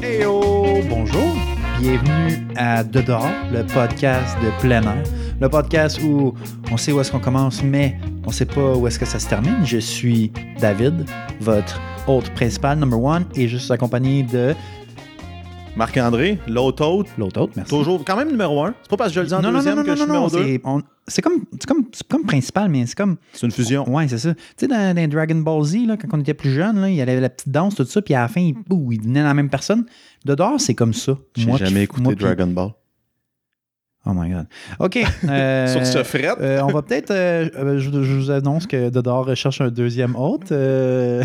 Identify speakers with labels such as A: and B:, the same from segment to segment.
A: Léo. Bonjour. Bienvenue à De dehors, le podcast de plein air. Le podcast où on sait où est-ce qu'on commence, mais on sait pas où est-ce que ça se termine. Je suis David, votre hôte principal, number one, et je suis accompagné de
B: Marc-André, l'autre hôte,
A: l'autre hôte, merci.
B: toujours quand même numéro un. C'est pas parce que je le dis en
A: Non, non, non,
B: deuxième
A: non,
B: que je
A: non,
B: suis
A: non,
B: numéro deux.
A: c'est on- c'est comme, c'est comme, c'est comme principal, mais c'est comme
B: C'est une fusion.
A: Ouais, c'est ça. Tu sais, dans, dans Dragon Ball Z, là, quand on était plus jeune, là, il y avait la petite danse, tout ça, puis à la fin, il, boum, il devenait la même personne. De dehors, c'est comme ça.
B: J'ai
A: Moi qui-
B: jamais écouté
A: moi qui-
B: Dragon Ball.
A: Oh my god. OK. euh,
B: Sur ce fret,
A: euh, on va peut-être. euh, euh, je, je vous annonce que Dodor cherche un deuxième hôte. euh.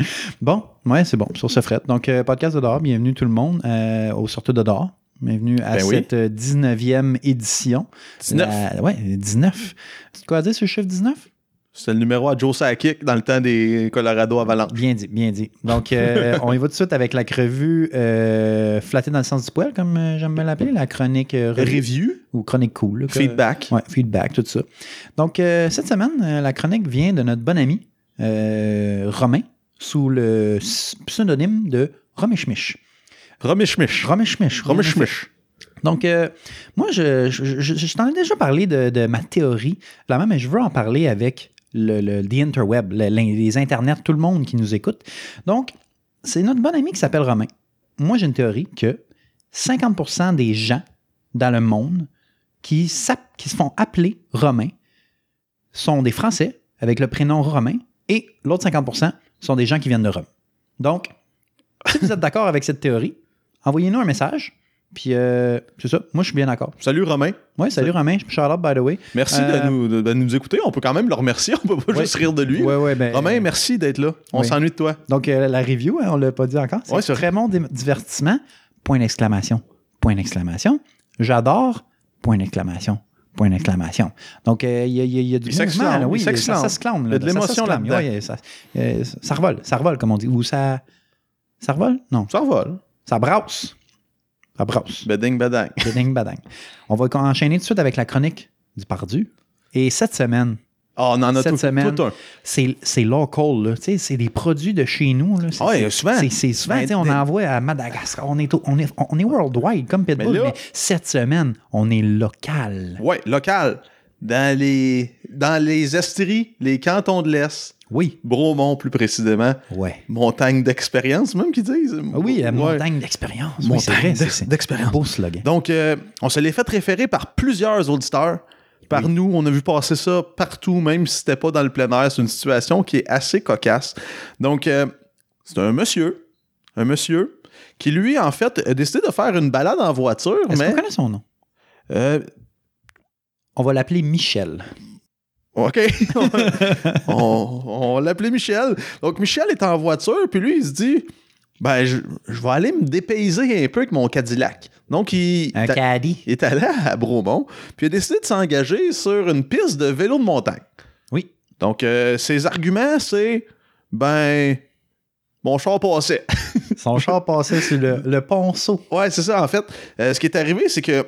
A: bon, ouais, c'est bon. Sur ce fret. Donc, euh, podcast Dodor, bienvenue tout le monde euh, au Sorteux Dodor. Bienvenue à
B: Ben oui.
A: cette euh, 19e édition.
B: 19.
A: La- ouais, 19. C'est quoi à dire sur le chiffre 19?
B: C'était le numéro à Joe Sakic dans le temps des Colorado Avalanche.
A: Bien dit, bien dit. Donc, euh, on y va tout de suite avec la revue euh, flattée dans le sens du poil, comme euh, j'aime bien l'appeler, la chronique euh, revue
B: Review,
A: ou chronique cool. là, que-
B: feedback.
A: Ouais, feedback, tout ça. Donc, euh, cette semaine, euh, la chronique vient de notre bon ami euh, Romain, sous le s- pseudonyme de Romichmich.
B: Romish-mish.
A: Romichmich.
B: Romish-mish.
A: Donc, euh, moi, je, je, je- je t'en ai déjà parlé de, de ma théorie, la même, mais je veux en parler avec le, le- the interweb, le- les, les internets, tout le monde qui nous écoute. Donc, c'est notre bon ami qui s'appelle Romain. Moi, j'ai une théorie que 50% des gens dans le monde qui, s'app- qui se font appeler Romain sont des Français avec le prénom Romain et l'autre 50% sont des gens qui viennent de Rome. Donc, si vous êtes d'accord avec cette théorie, envoyez-nous un message. Puis, euh, c'est ça. Moi, je suis bien d'accord.
B: Salut Romain.
A: Oui, salut Romain. Je suis Charlotte, by the way.
B: Merci
A: Euh,
B: de, nous, de- de nous écouter. On peut quand même le remercier. On peut pas
A: Ouais.
B: juste rire de lui.
A: Ouais, ouais, ben,
B: Romain, merci d'être là. On
A: Oui.
B: s'ennuie de toi.
A: Donc, euh, la review, hein, on l'a pas dit encore. C'est
B: Ouais, c'est
A: très bon di- divertissement. Point d'exclamation. Point d'exclamation. J'adore. Point d'exclamation. Point d'exclamation. Donc, euh, il y, a- il y a- il y a du
B: Il s'exclame,
A: mouvement, là,
B: il
A: oui, ça,
B: s'exclame.
A: ça se clame.
B: Il y a de l'émotion
A: ça, se clame.
B: là-dedans.
A: Ouais, ça, euh, ça revole. Ça revole, comme on dit. Ou ça... Ça revole? Non.
B: Ça vole.
A: Ça brasse. Ça brasse.
B: Beding, bedang.
A: Bading, badang. On va enchaîner tout de suite avec la chronique du Pardu. Et cette semaine,
B: Ah, on en a
A: Cette
B: tout,
A: semaine,
B: tout un.
A: c'est c'est local, là. Tu sais, c'est des produits de chez nous. Là. C'est-
B: Ouais,
A: c'est-
B: souvent.
A: C'est, c'est souvent,
B: Ben,
A: tu sais, on
B: des-
A: envoie à Madagascar. On est, au- on est, on est worldwide comme Pitbull,
B: Mais
A: mais,
B: là-
A: cette semaine, on est local.
B: Ouais, local. Dans les, dans les Estries, les cantons de l'Est,
A: Oui.
B: Bromont plus précisément,
A: Ouais.
B: montagne d'expérience, même qu'ils disent.
A: Ah Oui, la
B: Ouais.
A: montagne d'expérience. Oui, c'est
B: Montagne
A: vrai, c'est-
B: d'ex-
A: c'est
B: d'expérience.
A: un Beau slogan.
B: Donc, euh, on se l'est fait référer par plusieurs auditeurs. Par nous, on a vu passer ça partout, même si c'était pas dans le plein air. C'est une situation qui est assez cocasse. Donc, euh, c'est un monsieur, un monsieur, qui lui, en fait, a décidé de faire une balade en voiture,
A: Est-ce
B: mais.
A: qu'on connaît son nom?
B: euh,
A: On va l'appeler Michel.
B: Oh, OK. on on l'appelait Michel. Donc, Michel est en voiture, puis lui, il se dit Ben, je, je vais aller me dépayser un peu avec mon Cadillac. Donc, il,
A: Un
B: il a-
A: caddie.
B: il est allé à Bromont, puis il a décidé de s'engager sur une piste de vélo de montagne.
A: Oui.
B: Donc, euh, ses arguments, c'est Ben, mon char passait.
A: Son char passait sur le, le ponceau.
B: Ouais, c'est ça, en fait. Euh, ce qui est arrivé, c'est que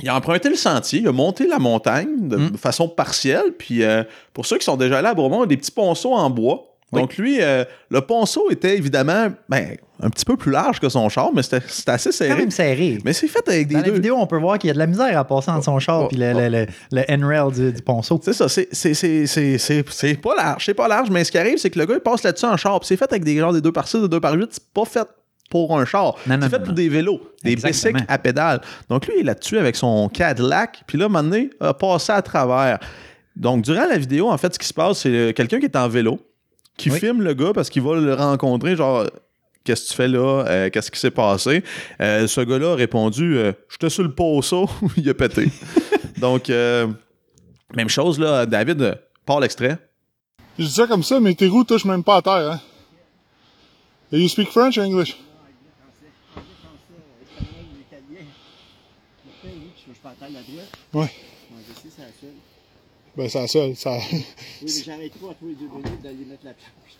B: il a emprunté le sentier, il a monté la montagne de
A: Mm.
B: façon partielle. Puis euh, pour ceux qui sont déjà allés à Bromont, il y a des petits ponceaux en bois.
A: Oui.
B: Donc lui, euh, le ponceau était évidemment ben, un petit peu plus large que son char, mais c'était c'était assez
A: Quand
B: serré.
A: même serré.
B: Mais c'est fait avec des
A: Dans la
B: deux.
A: vidéo, on peut voir qu'il y a de la misère à passer entre son char
B: oh,
A: puis le,
B: oh.
A: le, le, le N-rail du, du ponceau.
B: C'est ça, c'est- c'est- c'est c'est- c'est- c'est pas large, c'est pas large, mais ce qui arrive, c'est que le gars, il passe là-dessus en char, puis c'est fait avec des genres des 2x6, des 2x8, c'est pas fait pour un char.
A: Non, non,
B: C'est fait
A: non,
B: pour
A: non.
B: des vélos, des
A: Exactement.
B: bicycles à pédales. Donc lui, il est là-dessus avec son Cadillac, puis là, à un moment donné, il a passé à travers. Donc, durant la vidéo, en fait, ce qui se passe, c'est euh, quelqu'un qui est en vélo, qui
A: Oui.
B: filme le gars parce qu'il va le rencontrer, genre, qu'est-ce que tu fais là, Euh, qu'est-ce qui s'est passé. Euh, ce gars-là a répondu, euh, j'étais sur le poseau, il a pété. Donc, euh, même chose, là, David, euh, part l'extrait.
C: Je dis ça comme ça, mais tes roues touchent même pas à terre, hein. Et you speak French or English? Ouais. Ben, c'est la seule, ça.
D: Oui, mais j'arrête pas à tous les deux minutes d'aller mettre la planche.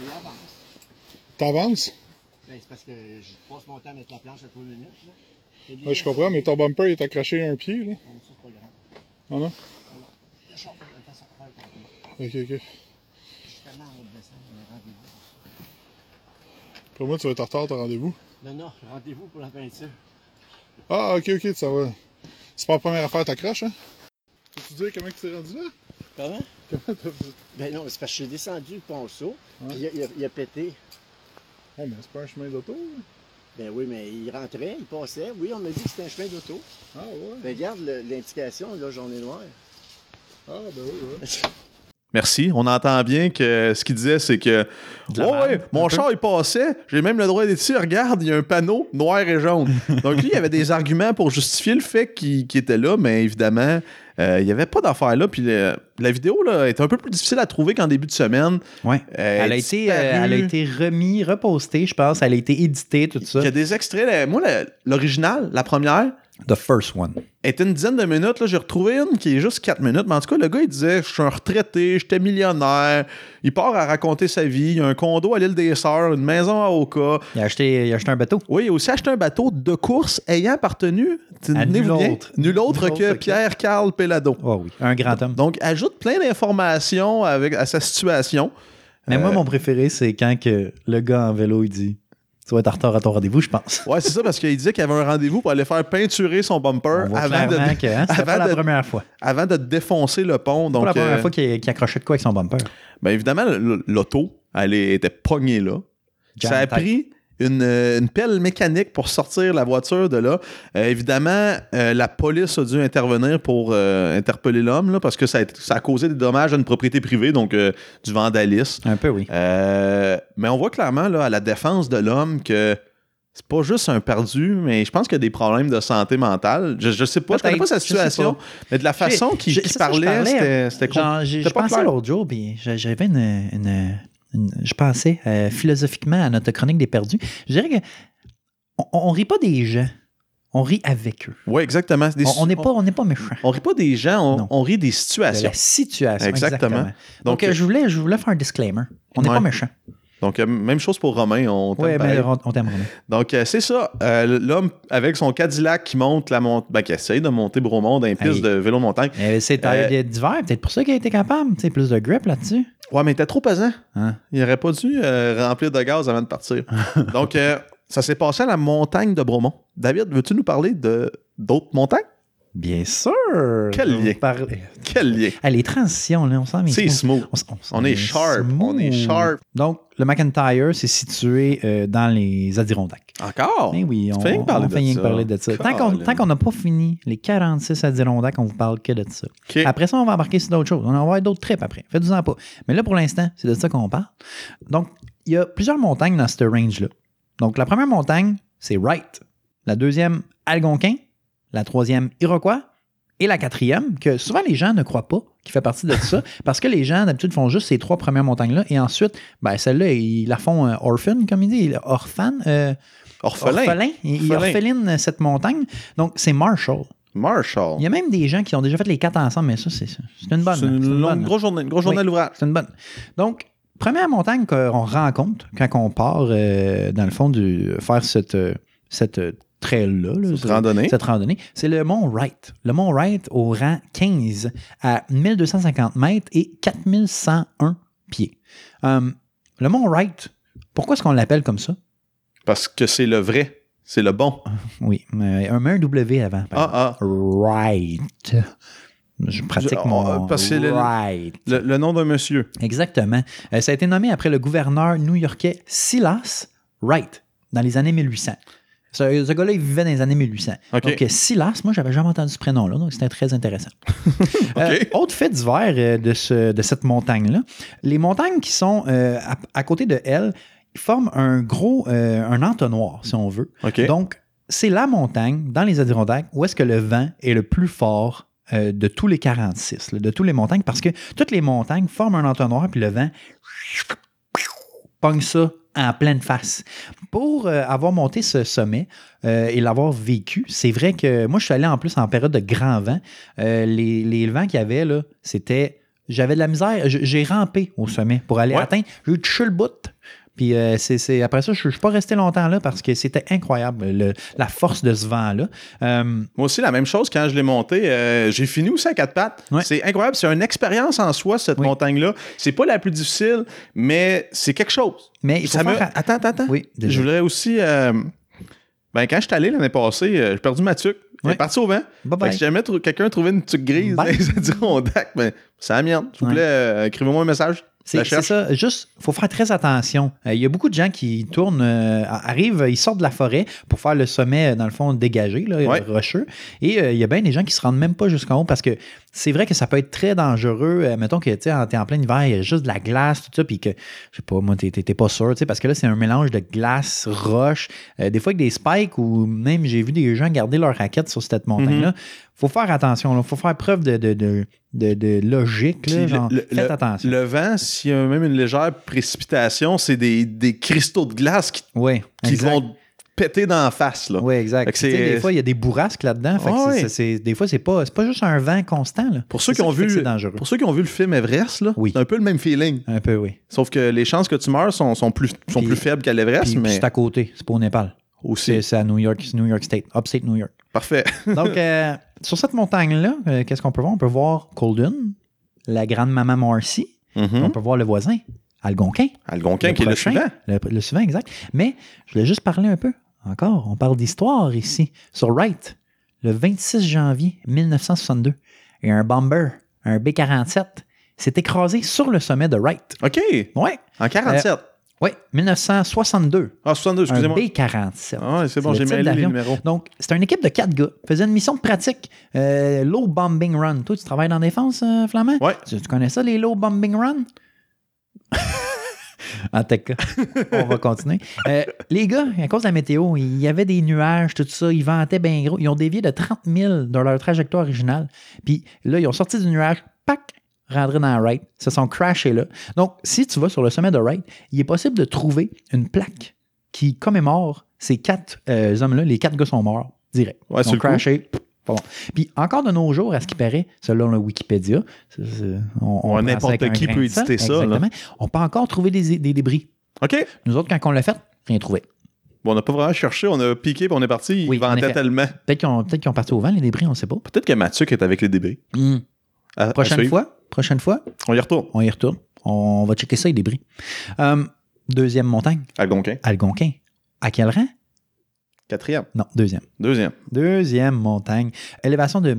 D: Et avance.
C: T'avances?
D: Ben, c'est parce que je passe mon temps à mettre la planche à tous les minutes. là. Et
C: Ouais, je comprends, mais ton bumper est accroché à un pied, là.
D: Ça, c'est pas grave.
C: Non, non?
D: Je suis en train de faire
C: Ok, ok.
D: Justement, on va descendre, on a rendez-vous.
C: Pour moi, tu vas être en retard, ton rendez-vous.
D: Non, non, rendez-vous pour la peinture.
C: Ah, ok, ok, ça va. C'est pas la première affaire, t'accroches, hein? Peux-tu dire comment tu t'es rendu là?
D: Comment? Ben non, c'est parce que j'ai descendu le ponceau, puis il a, il a- il a pété.
C: Oh, mais c'est pas un chemin d'auto, là.
D: Ben oui, mais il rentrait, il passait. Oui, on m'a dit que c'était un chemin d'auto.
C: Ah, ouais.
D: Ben regarde le- l'indication, là, j'en ai noir.
C: Ah, ben oui, ouais.
B: Merci. On entend bien que ce qu'il disait, c'est que
A: De la
B: Ouais, ouais,
A: merde, un
B: mon
A: peu.
B: char, il passait. J'ai même le droit d'être ici. Regarde, il y a un panneau noir et jaune. Donc, lui, il avait des arguments pour justifier le fait qu'il qu'il était là, mais évidemment, euh, il n'y avait pas d'affaire là. Puis euh, la vidéo là, est un peu plus difficile à trouver qu'en début de semaine.
A: Ouais.
B: Euh,
A: elle, a été, euh, elle a été remis, repostée, je pense. Elle a été éditée, tout ça.
B: Il y a des extraits. là. moi, la- l'original, la première,
A: The first one.
B: était une dizaine de minutes. Là, j'ai retrouvé une qui est juste quatre minutes. Mais en tout cas, le gars, il disait Je suis un retraité, j'étais millionnaire. Il part à raconter sa vie. Il a un condo à l'île des Sœurs, une maison à Oka.
A: Il a acheté, il a acheté un bateau.
B: Oui, il a aussi acheté un bateau de course ayant appartenu
A: À
B: tenez-vous
A: nul
B: bien,
A: autre.
B: nul autre
A: Nul
B: que
A: autre que-
B: Pierre-Carl Pelado.
A: Oh oui, un grand homme.
B: Donc, ajoute plein d'informations avec, à sa situation. Euh,
A: Mais moi, mon préféré, c'est quand que le gars en vélo, il dit Tu vas être en retard à ton rendez-vous, je pense.
B: Ouais, c'est ça, parce qu'il disait qu'il avait un rendez-vous pour aller faire peinturer son bumper
A: On voit
B: avant
A: clairement
B: de,
A: que hein, c'était pas
B: avant
A: la
B: de-
A: première fois.
B: avant de défoncer le pont.
A: C'est
B: Donc,
A: pas la première
B: euh,
A: fois qu'il qu'il accrochait de quoi avec son bumper.
B: Ben évidemment, l- l'auto, elle est- était pognée là.
A: Jam
B: ça a
A: tight.
B: pris une, euh, une pelle mécanique pour sortir la voiture de là. Euh, évidemment, euh, la police a dû intervenir pour euh, interpeller l'homme là, parce que ça a, été- ça a causé des dommages à une propriété privée, donc euh, du vandalisme.
A: Un peu, oui.
B: Euh, mais on voit clairement là, à la défense de l'homme que c'est pas juste un perdu, mais je pense qu'il y a des problèmes de santé mentale. Je, je sais pas, je
A: Peut-être,
B: connais pas sa
A: je sais
B: situation,
A: pas.
B: mais de la façon
A: J'ai-
B: qu'il
A: j'ai-
B: qu'il
A: c'est ça, je
B: parlait,
A: parlais, euh,
B: c'était- c'était con-
A: Genre, j'ai- je
B: c'était pas
A: pensais
B: clair.
A: l'autre jour, puis j'a- j'avais une, une- une- Je pensais euh, philosophiquement à notre chronique des perdus. Je dirais que on, on rit pas des gens, on rit avec eux.
B: Ouais, exactement. Des-
A: On on n'est pas, on n'est pas méchants.
B: On rit pas des gens,
A: Non.
B: on, on rit des
A: de
B: situations.
A: la situation.
B: Exactement.
A: Exactement. Donc,
B: Donc,
A: euh, je, voulais, je voulais faire un disclaimer. On n'est
B: Ouais.
A: pas méchant.
B: Donc, euh, même chose pour Romain. On t'aime
A: Oui, mais
B: pareil.
A: on, on t'aime, Romain.
B: Donc, euh, c'est ça. Euh, L'homme avec son Cadillac qui monte la montagne, ben, qui essaye de monter Bromont dans les
A: Hey.
B: pistes de vélo montagne.
A: Euh, C'est
B: Euh,
A: euh, d'hiver, peut-être pour ça qu'il a été capable. tu sais, Plus de grip là-dessus.
B: Ouais, mais il était trop pesant.
A: Hein?
B: Il aurait pas dû euh, remplir de gaz avant de partir. Donc, euh, ça s'est passé à la montagne de Bromont. David, veux-tu nous parler de d'autres montagnes?
A: Bien sûr.
B: Quel
A: On
B: lien.
A: parle-
B: Quel lien!
A: Ah, les transitions, là, on s'en met.
B: C'est smooth.
A: On, s- on s-
B: On est sharp. On est
A: smooth.
B: sharp.
A: Donc, le McIntyre, c'est situé euh, dans les Adirondacks.
B: Encore?
A: Mais oui, on,
B: fais rien que parler
A: on
B: de
A: fait rien que
B: ça.
A: parler de ça. Tant qu'on
B: Colin.
A: tant qu'on n'a pas fini les 46 Adirondacks, on vous parle que de ça.
B: OK.
A: Après ça, on va embarquer sur d'autres choses. On va avoir d'autres trips après. Faites-vous-en pas. Mais là, pour l'instant, c'est de ça qu'on parle. Donc, il y a plusieurs montagnes dans ce range-là. Donc, la première montagne, c'est Wright. La deuxième, Algonquin. La troisième, Iroquois. Et la quatrième, que souvent les gens ne croient pas, qui fait partie de ça, parce que les gens d'habitude font juste ces trois premières montagnes-là, et ensuite, ben, celle-là, ils la font euh, orphan, comme il dit, orphan, euh,
B: Orphelin.
A: orphelin. Ils- ils
B: Orphelin.
A: orphelinent, euh, cette montagne. Donc, c'est Marshall.
B: Marshall.
A: Il y a même des gens qui ont déjà fait les quatre ensemble, mais ça, c'est c'est une bonne.
B: C'est une,
A: c'est une
B: longue,
A: bonne.
B: grosse journée, une grosse journée
A: Oui.
B: à l'ouvrage.
A: C'est une bonne. Donc, première montagne qu'on rencontre quand on part, euh, dans le fond, du, faire cette, euh, cette euh, trail-là, là,
B: Cette
A: ce-
B: randonnée.
A: cette randonnée, c'est le mont Wright. Le mont Wright au rang 15 à 1250 mètres et 4101 pieds. Euh, le mont Wright, pourquoi est-ce qu'on l'appelle comme ça?
B: Parce que c'est le vrai. C'est le bon.
A: Ah, Oui, mais un, mais un W avant. par
B: Ah, ah.
A: Right. Je pratique
B: Je-
A: mon
B: oh, parce que le-
A: right.
B: Le, le nom d'un monsieur.
A: Exactement. Euh, ça a été nommé après le gouverneur new-yorkais Silas Wright dans les années 1800. Ce, ce gars-là, il vivait dans les années 1800.
B: OK.
A: Donc, euh, Silas, moi, j'avais jamais entendu ce prénom-là, donc c'était très intéressant. Euh, autre fait divers euh, de, ce- de cette montagne-là, les montagnes qui sont euh, à, à côté de elle forment un gros, euh, un entonnoir, si on veut.
B: OK.
A: Donc, c'est la montagne dans les Adirondacks où est-ce que le vent est le plus fort euh, de tous les 46, là, de toutes les montagnes, parce que toutes les montagnes forment un entonnoir, puis le vent pogne ça en pleine face. Pour euh, avoir monté ce sommet euh, et l'avoir vécu, c'est vrai que moi, je suis allé en plus en période de grand vent. Euh, les, les vents qu'il y avait, là, c'était... J'avais de la misère. J- J'ai rampé au sommet pour aller
B: Ouais.
A: atteindre. J'ai eu touché le bout. Puis euh, c'est, c'est- après ça, je ne suis pas resté longtemps là parce que c'était incroyable, le- la force de ce vent-là. Euh,
B: Moi aussi, la même chose, quand je l'ai monté, euh, j'ai fini aussi à quatre pattes.
A: Ouais.
B: C'est incroyable. C'est une expérience en soi, cette
A: Oui.
B: montagne-là. C'est pas la plus difficile, mais c'est quelque chose.
A: mais il faut
B: Ça me-
A: faire a-
B: Attends, attends, attends.
A: Oui,
B: Je
A: déjà.
B: voudrais aussi. euh, Ben, quand je suis allé l'année passée, euh, j'ai perdu ma tuque. Elle
A: Ouais. Ah, ben.
B: est partie au vent.
A: Bye
B: Fait
A: bye.
B: que si jamais trou- quelqu'un trouvait une tuque grise,
A: Bye.
B: ils se diront dac, ben, c'est la mienne. S'il vous
A: Ouais.
B: plaît, euh, écrivez-moi un message.
A: C'est
B: La
A: c'est
B: cherche.
A: ça. Juste, faut faire très attention. Euh, Il y a beaucoup de gens qui tournent, euh, arrivent, ils sortent de la forêt pour faire le sommet, euh, dans le fond, dégagé, là,
B: Ouais.
A: rocheux. Et euh, il y a bien des gens qui se rendent même pas jusqu'en haut parce que c'est vrai que ça peut être très dangereux. Euh, mettons que tu sais, en- t'es en plein hiver, il y a juste de la glace, tout ça, puis que, je sais pas, moi, t'es- t'es t'es pas sûr, tu sais, parce que là, c'est un mélange de glace, roche, euh, des fois avec des spikes ou même j'ai vu des gens garder leur raquette sur cette montagne-là.
B: Mm-hmm.
A: Faut faire attention, il faut faire preuve de, de, de, de- de logique. Là,
B: Puis
A: genre,
B: le-
A: faites attention.
B: Le vent, s'il y a même une légère précipitation, c'est des, des cristaux de glace qui,
A: ouais,
B: qui
A: exact.
B: vont péter dans la face. Là.
A: Oui, exact.
B: Fait que c'est-
A: Tu sais, Des fois, il y a des bourrasques là-dedans. Fait que
B: Ah
A: c'est-
B: ouais.
A: c'est- c'est- des fois, c'est pas, c'est pas juste un vent constant. là.
B: Pour ceux,
A: C'est
B: qui
A: ça
B: ont
A: fait que
B: vu,
A: C'est dangereux.
B: pour ceux qui ont vu le film Everest, là,
A: Oui.
B: c'est un peu le même feeling.
A: Un peu, oui.
B: Sauf que les chances que tu meurs sont, sont plus, sont
A: Puis-
B: plus faibles qu'à l'Everest,
A: Puis, puis
B: mais
A: c'est à côté, c'est pas au Népal. C'est
B: aussi.
A: c'est à New York, c'est New York State, upstate New York.
B: Parfait.
A: Donc, euh, sur cette montagne-là, euh, qu'est-ce qu'on peut voir? On peut voir Colden, la grande maman Marcy. On
B: Mhm.
A: peut voir le voisin, Algonquin.
B: Algonquin qui est
A: prochain,
B: le suivant.
A: Le, le suivant, exact. Mais je voulais juste parler un peu. Encore, on parle d'histoire ici. Sur Wright, le 26 janvier 1962, il y a un bomber, un B-47, s'est écrasé sur le sommet de Wright.
B: OK.
A: Ouais,
B: En 47.
A: ouais, 1962.
B: ah, 62,
A: Un
B: excusez-moi.
A: B-47.
B: Ah, ouais, c'est bon,
A: le
B: j'ai
A: type
B: mêlé les
A: d'avion.
B: numéros.
A: Donc, c'était une équipe de quatre gars. Faisait une mission de pratique. Euh, low bombing run. Toi, tu travailles dans la défense, euh, Flamand?
B: Ouais.
A: Tu, tu connais ça, les low bombing run? en tout cas, on va continuer. Euh, les gars, à cause de la météo, il y avait des nuages, tout ça, ils ventaient bien gros. Ils ont dévié de 30 000 dans leur trajectoire originale. Puis là, ils ont sorti du nuage, pac, rentré dans Wright, se sont crashés là. Donc, si tu vas sur le sommet de Wright, il est possible de trouver une plaque qui commémore ces quatre euh, hommes-là. Les quatre gars sont morts, direct.
B: Ouais,
A: ils
B: sur
A: ont
B: le coup.
A: crashé. pff, pas bon. Puis encore de nos jours, à ce qui paraît, selon le Wikipédia, c'est- c'est- on, on
B: Ouais,
A: prend ça
B: n'importe
A: avec un
B: qui
A: grain
B: peut
A: de sel,
B: éditer ça, là.
A: exactement. On peut encore trouver des, des débris.
B: OK.
A: Nous autres, quand on l'a fait, rien trouvé.
B: Bon, on n'a pas vraiment cherché, on a piqué puis on est parti. Il
A: Oui, en
B: ventait
A: effet.
B: tellement.
A: Peut-être qu'ils ont, peut-être qu'ils ont parti au vent, les débris, on ne sait pas.
B: Peut-être que Mathieu qui est avec les débris.
A: Hmm.
B: À- à
A: Prochaine
B: suivre.
A: fois, prochaine fois,
B: On y retourne.
A: on y retourne. On va checker ça, les débris. Euh, deuxième montagne,
B: Algonquin.
A: Algonquin. À quel rang?
B: Quatrième.
A: Non, deuxième.
B: Deuxième.
A: Deuxième montagne. Élévation de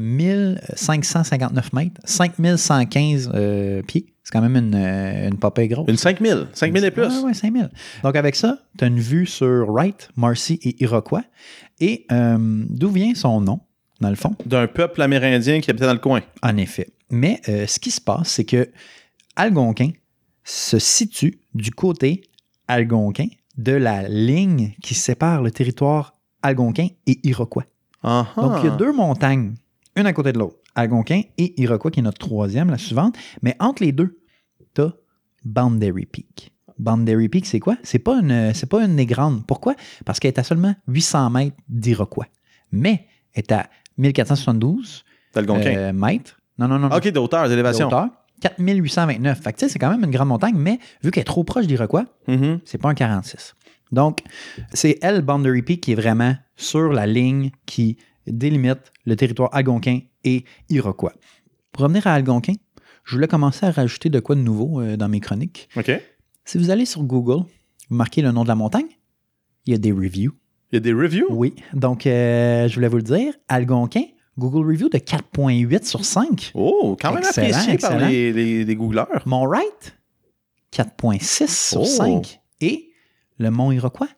A: 1559 mètres, 5115 euh, pieds. C'est quand même une, euh, une popée grosse.
B: Une Ah 5000. 5000 et plus.
A: Ouais, ouais, 5000. Donc, avec ça, tu as une vue sur Wright, Marcy et Iroquois. Et euh, d'où vient son nom, dans le fond?
B: D'un peuple amérindien qui habitait dans le coin.
A: En effet. Mais euh, ce qui se passe, c'est que Algonquin se situe du côté algonquin de la ligne qui sépare le territoire algonquin et iroquois.
B: Ah, ah.
A: Donc, il y a deux montagnes, une à côté de l'autre, Algonquin et Iroquois, qui est notre troisième, la suivante. Mais entre les deux, tu as Boundary Peak. Boundary Peak, c'est quoi? C'est pas une, c'est pas une des grandes. Pourquoi? Parce qu'elle est à seulement 800 mètres d'Iroquois. Mais elle est à 1472
B: D'Algonquin.
A: euh, mètres. Non, non, non. non.
B: OK, de hauteur,
A: de
B: d'élévation.
A: hauteur. 4829. Fait que tu sais, c'est quand même une grande montagne, mais vu qu'elle est trop proche d'Iroquois,
B: Mhm.
A: c'est pas un 46. Donc, c'est elle, Boundary Peak, qui est vraiment sur la ligne qui délimite le territoire algonquin et iroquois. Pour revenir à Algonquin, je voulais commencer à rajouter de quoi de nouveau euh, dans mes chroniques.
B: OK. Il
A: Si vous allez sur Google, vous marquez le nom de la montagne, il y a des reviews.
B: y a des reviews.
A: Oui, donc euh, je voulais vous le dire, Algonquin, Google Review de 4.8 sur 5.
B: Oh, quand même
A: Excellent,
B: apprécié
A: excellent.
B: par les, les, les googleurs.
A: Mont Wright, 4.6 sur
B: Oh.
A: 5. Et le Mont Iroquois,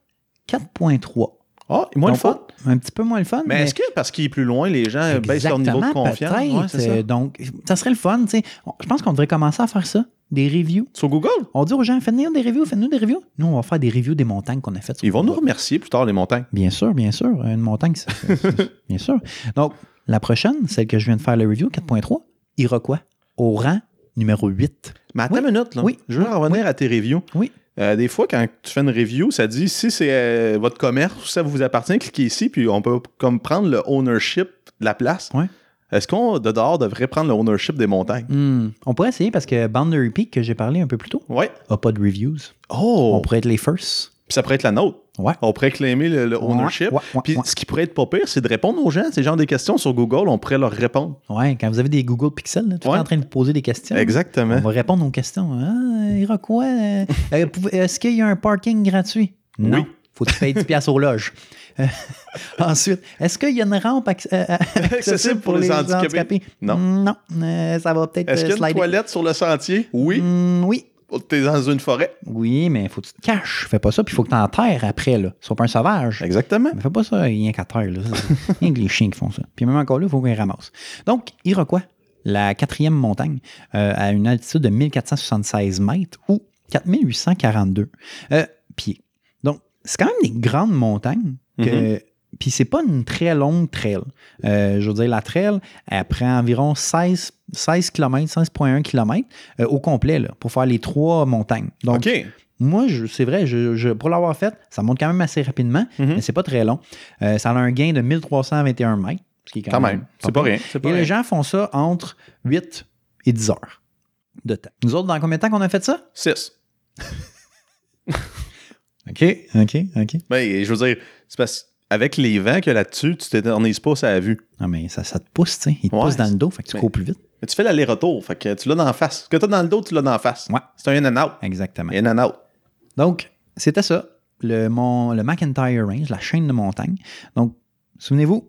A: 4.3.
B: Ah, et moins
A: Donc, oh,
B: le fun.
A: Un petit peu moins le fun.
B: Mais, est-ce que euh, parce qu'il est plus loin, les gens baissent leur niveau de
A: Exactement,
B: confiance? Ouais,
A: peut-être.
B: c'est ça.
A: Euh, Donc, ça serait le fun. tu sais. On- Je pense qu'on devrait commencer à faire ça, des reviews.
B: Sur Google,
A: On dit aux gens, faites-nous des reviews, faites-nous des reviews. Nous, on va faire des reviews des montagnes qu'on a faites. sur
B: ils vont nous
A: Google.
B: remercier plus tard, les montagnes.
A: Bien sûr, bien sûr. Une montagne, c'est- c'est- c'est- bien sûr. Donc, la prochaine, celle que je viens de faire le review, 4.3, Iroquois, au rang numéro 8.
B: Mais attends
A: Oui.
B: une minute, là.
A: Oui.
B: Je veux en revenir à tes reviews.
A: Oui.
B: Euh, des fois, quand tu fais une review, ça dit si c'est euh, votre commerce, ça vous appartient, cliquez ici, puis on peut comme prendre le ownership de la place.
A: Ouais.
B: Est-ce qu'on, de dehors, devrait prendre le ownership des montagnes?
A: Hmm. On pourrait essayer parce que Boundary Peak, que j'ai parlé un peu plus tôt,
B: Ouais.
A: a pas de reviews. On
B: Oh!
A: pourrait être les first.
B: Puis ça pourrait être la nôtre.
A: Ouais.
B: On pourrait claimer le, le ownership.
A: Ouais, ouais,
B: Puis
A: ouais.
B: ce qui pourrait être pas pire, c'est de répondre aux gens. Ces genre des questions sur Google, on pourrait leur répondre.
A: Ouais, quand vous avez des Google Pixel, là, tout le
B: Ouais.
A: temps en train de poser des questions.
B: Exactement.
A: On va répondre aux questions. Ah, Iroquois, euh, euh, pouvez- est-ce qu'il y a un parking gratuit?
B: Oui.
A: Non. Faut que tu payes 10 piastres aux loges. Euh, ensuite, est-ce qu'il y a une rampe acc- euh, accessible pour, les handicapés?
B: Non.
A: Non. Euh, ça va peut-être
B: Est-ce
A: euh,
B: qu'il y a une
A: slider.
B: toilette sur le sentier? Oui.
A: Hmm, oui.
B: T'es dans une forêt.
A: Oui, mais faut que tu te caches. Fais pas ça, puis faut que tu enterres après. Là. Sois pas un sauvage.
B: Exactement.
A: Mais fais pas ça rien qu'à terre. Là. Ça, c'est- rien que les chiens qui font ça. Puis même encore là, il faut qu'ils ramassent. Donc, Iroquois, la quatrième montagne, euh, à une altitude de 1476 mètres ou 4842 euh, pieds. Donc, c'est quand même des grandes montagnes. que- Puis c'est pas une très longue trail. Euh, je veux dire, la trail, elle prend environ 16, 16 km, 16,1 km euh, au complet là, pour faire les trois montagnes. Donc,
B: OK.
A: moi, je- c'est vrai, je, je- pour l'avoir fait, ça monte quand même assez rapidement,
B: Mhm.
A: mais c'est pas très long. Euh, ça a un gain de 1321 mètres, ce qui est quand,
B: Quand même. C'est pas
A: pire.
B: rien. C'est pas
A: euh, Et les
B: rien.
A: gens font ça entre 8 et 10 heures de temps. Nous autres, dans combien de temps qu'on a fait ça?
B: Six.
A: OK, OK, OK.
B: Mais Ben, je veux dire, c'est parce qu'avec les vents qu'il y a là-dessus, tu t'éternises pas ça la vue.
A: Non, mais ça, ça te pousse, tu sais. Il te
B: Ouais,
A: pousse dans le dos, fait que tu
B: mais-
A: cours plus vite.
B: Mais tu fais l'aller-retour. Fait que tu l'as dans la face. Ce que t'as dans le dos, tu l'as dans la face.
A: Ouais.
B: C'est un in and out.
A: Exactement.
B: In and out.
A: Donc, c'était ça, le, mon, le McIntyre Range, la chaîne de montagne. Donc, souvenez-vous,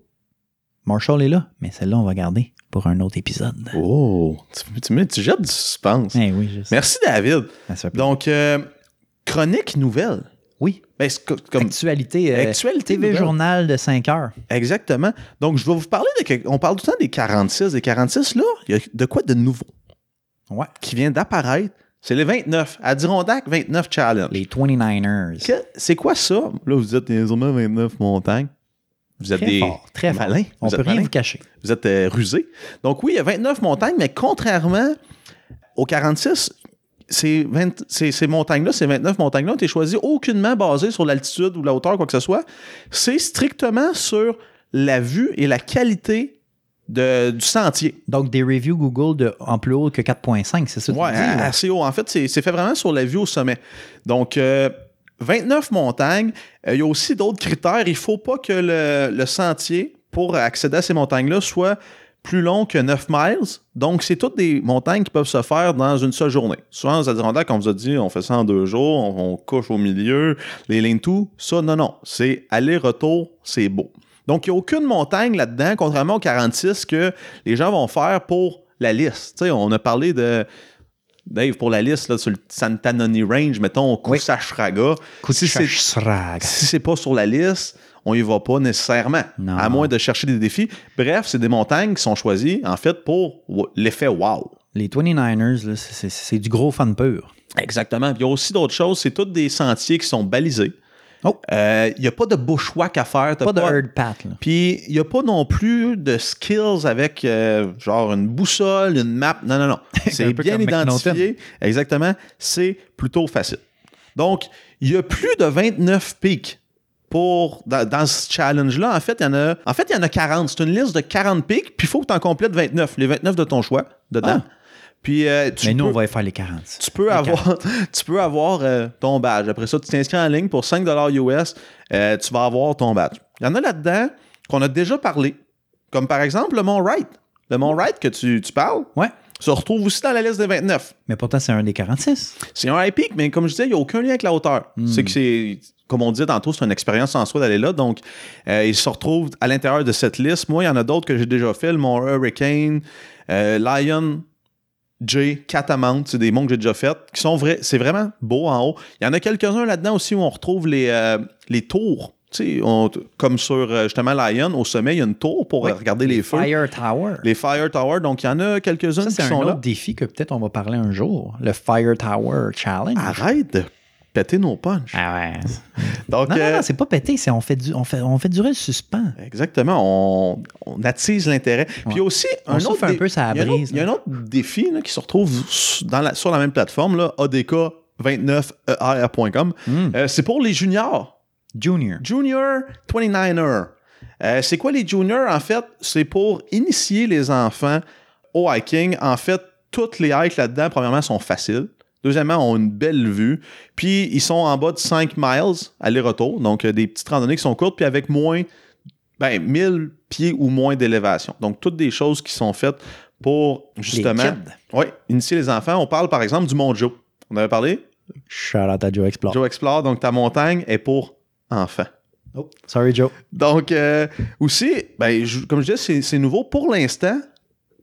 A: Marshall est là, mais celle-là, on va garder pour un autre épisode.
B: Oh. Tu, tu, mets- tu jettes du suspense.
A: Eh oui, je sais.
B: Merci, David.
A: Ça se fait plaisir.
B: Donc, euh, chronique nouvelle.
A: Oui.
B: Ben, c'est co- comme,
A: Actualité, euh,
B: Actualité
A: TV
B: nouvelle.
A: journal de 5 heures.
B: exactement. Donc, je vais vous parler de. quelque- On parle tout le temps des 46. Des 46, là, il y a de quoi de nouveau
A: Ouais.
B: qui vient d'apparaître. C'est les 29. Adirondack 29 Challenge.
A: Les 29ers.
B: Que- C'est quoi ça? Là, vous êtes les hommes 29 montagnes. Vous êtes
A: très
B: des.
A: fort, très fort.
B: malins.
A: On
B: Vous
A: peut
B: êtes
A: rien
B: malins.
A: vous cacher.
B: Vous êtes euh, rusé. Donc oui, il y a 29 montagnes, mais contrairement aux 46, ces, 20 ces- ces montagnes-là, ces 29 montagnes-là ont été choisies aucunement basées sur l'altitude ou la hauteur, quoi que ce soit. C'est strictement sur la vue et la qualité de- du sentier.
A: Donc, des reviews Google de, en plus haut que 4.5, c'est ça que tu
B: Ouais, ah,
A: dis, là?
B: assez haut. En fait, c'est c'est fait vraiment sur la vue au sommet. Donc, euh, 29 montagnes. Euh, Il y a aussi d'autres critères. Il faut pas que le, le sentier pour accéder à ces montagnes-là soit plus long que 9 miles. Donc, c'est toutes des montagnes qui peuvent se faire dans une seule journée. Souvent, aux Adirondacks, on vous a dit, on fait ça en deux jours, on, on couche au milieu, les lignes tout. Ça, non, non. C'est aller-retour, c'est beau. Donc, il n'y a aucune montagne là-dedans, contrairement aux 46, que les gens vont faire pour la liste. Tu sais, on a parlé de... Dave, pour la liste, là, sur le Santanoni Range, mettons,
A: Oui.
B: Kusashraga. Si c'est-
A: Kuchachsrag.
B: si c'est pas sur la liste, on y va pas nécessairement,
A: Non.
B: à moins de chercher des défis. Bref, c'est des montagnes qui sont choisies, en fait, pour wo- l'effet wow.
A: Les 29ers, là, c'est- c'est c'est du gros fan pur.
B: Exactement. Puis il y a aussi d'autres choses, c'est tous des sentiers qui sont balisés.
A: Oh.
B: Euh, Il n'y a pas de bushwhack à faire. t'as
A: Pas de herd pat. là.
B: Puis il n'y a pas non plus de skills avec euh, genre une boussole, une map. Non, non, non. C'est
A: Un peu
B: bien
A: comme
B: identifié. Exactement. C'est plutôt facile. Donc, il y a plus de 29 pics pour, dans, dans ce challenge-là. En fait, il y en a, en fait, il y en a 40. C'est une liste de 40 pics, puis il faut que tu en complètes 29. Les 29 de ton choix dedans. Puis euh, tu
A: Ah. Mais nous,
B: peux-
A: on va y faire les 40.
B: tu peux avoir, tu peux avoir euh, ton badge. Après ça, tu t'inscris en ligne pour 5 US, euh, tu vas avoir ton badge. Il y en a là-dedans qu'on a déjà parlé, comme par exemple le Mont Wright. Le Mont Wright que tu, tu parles
A: Ouais.
B: se retrouve aussi dans la liste des 29.
A: Mais pourtant, c'est un des 46.
B: C'est un high peak, mais comme je disais, il n'y a aucun lien avec la hauteur.
A: Hmm.
B: C'est que c'est, comme on dit tantôt, c'est une expérience en soi d'aller là. Donc, euh, il se retrouve à l'intérieur de cette liste. Moi, il y en a d'autres que j'ai déjà fait. Le Mont Hurricane, euh, Lion, J, Catamount, c'est des monts que j'ai déjà fait, qui sont vrais. C'est vraiment beau en haut. Il y en a quelques-uns là-dedans aussi où on retrouve les, euh, les tours. Tu sais, on- comme sur euh, justement Lion, au sommet, il y a une tour pour
A: Oui.
B: euh, regarder les feux.
A: Fire Tower.
B: Les Fire Tower. Donc, il y en a quelques-unes
A: Ça,
B: qui
A: c'est un
B: sont
A: autre
B: là.
A: défi que peut-être on va parler un jour. Le Fire Tower Challenge.
B: Arrête de péter nos punchs.
A: Ah ouais.
B: Donc,
A: Non, non,
B: euh,
A: non, c'est pas pété, c'est on fait, du, on, fait, on fait durer le suspens.
B: Exactement, on, on attise l'intérêt. Puis il y a aussi
A: On
B: un
A: souffle
B: autre
A: un
B: dé-
A: peu sa
B: il y a un autre-
A: brise, hein.
B: Il y a un autre défi là, qui se retrouve s- dans la- sur la même plateforme, là, ADK29er.com.
A: Mm.
B: Hmm. Euh, c'est pour les juniors.
A: Junior.
B: Junior 29er. Euh, c'est quoi les juniors, en fait? C'est pour initier les enfants au hiking. En fait, toutes les hikes là-dedans, premièrement, sont faciles. Deuxièmement, ont une belle vue. Puis, ils sont en bas de 5 miles aller-retour. Donc, euh, des petites randonnées qui sont courtes, puis avec moins, ben, 1000 pieds ou moins d'élévation. Donc, toutes des choses qui sont faites pour, justement,
A: kids.
B: ouais, initier les enfants. On parle, par exemple, du Mont Joe. On avait parlé?
A: Shout out à Joe Explore.
B: Joe Explore. Donc, ta montagne est pour enfants.
A: Oh, sorry, Joe.
B: Donc, euh, aussi, ben, je- comme je disais, c'est- c'est nouveau pour l'instant.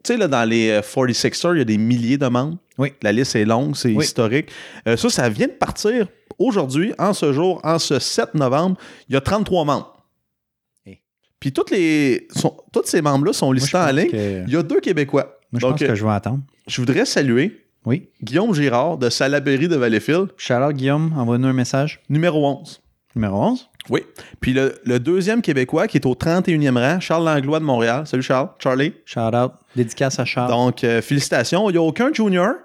B: Tu sais, là, dans les euh, 46ers, il y a des milliers de membres.
A: Oui.
B: La liste est longue, c'est
A: Oui.
B: historique. Euh, ça, ça vient de partir aujourd'hui, en ce jour, en ce 7 novembre. Il y a 33 membres.
A: Hey.
B: Puis toutes les, sont- tous ces membres-là sont
A: Moi, je
B: listés en
A: pense
B: ligne.
A: que-
B: Il y a deux Québécois.
A: Moi, je
B: Donc,
A: pense
B: euh,
A: que je vais attendre.
B: je voudrais saluer
A: Oui.
B: Guillaume Girard de Salaberry de Valleyfield,
A: Shout out, Guillaume. Envoie-nous un message.
B: numéro 11.
A: Numéro 11.
B: Oui. Puis le, le deuxième Québécois qui est au 31e rang, Charles Langlois de Montréal. Salut Charles. Charlie.
A: Shout out. Dédicace à Charles.
B: Donc, euh, félicitations. Il n'y a aucun junior.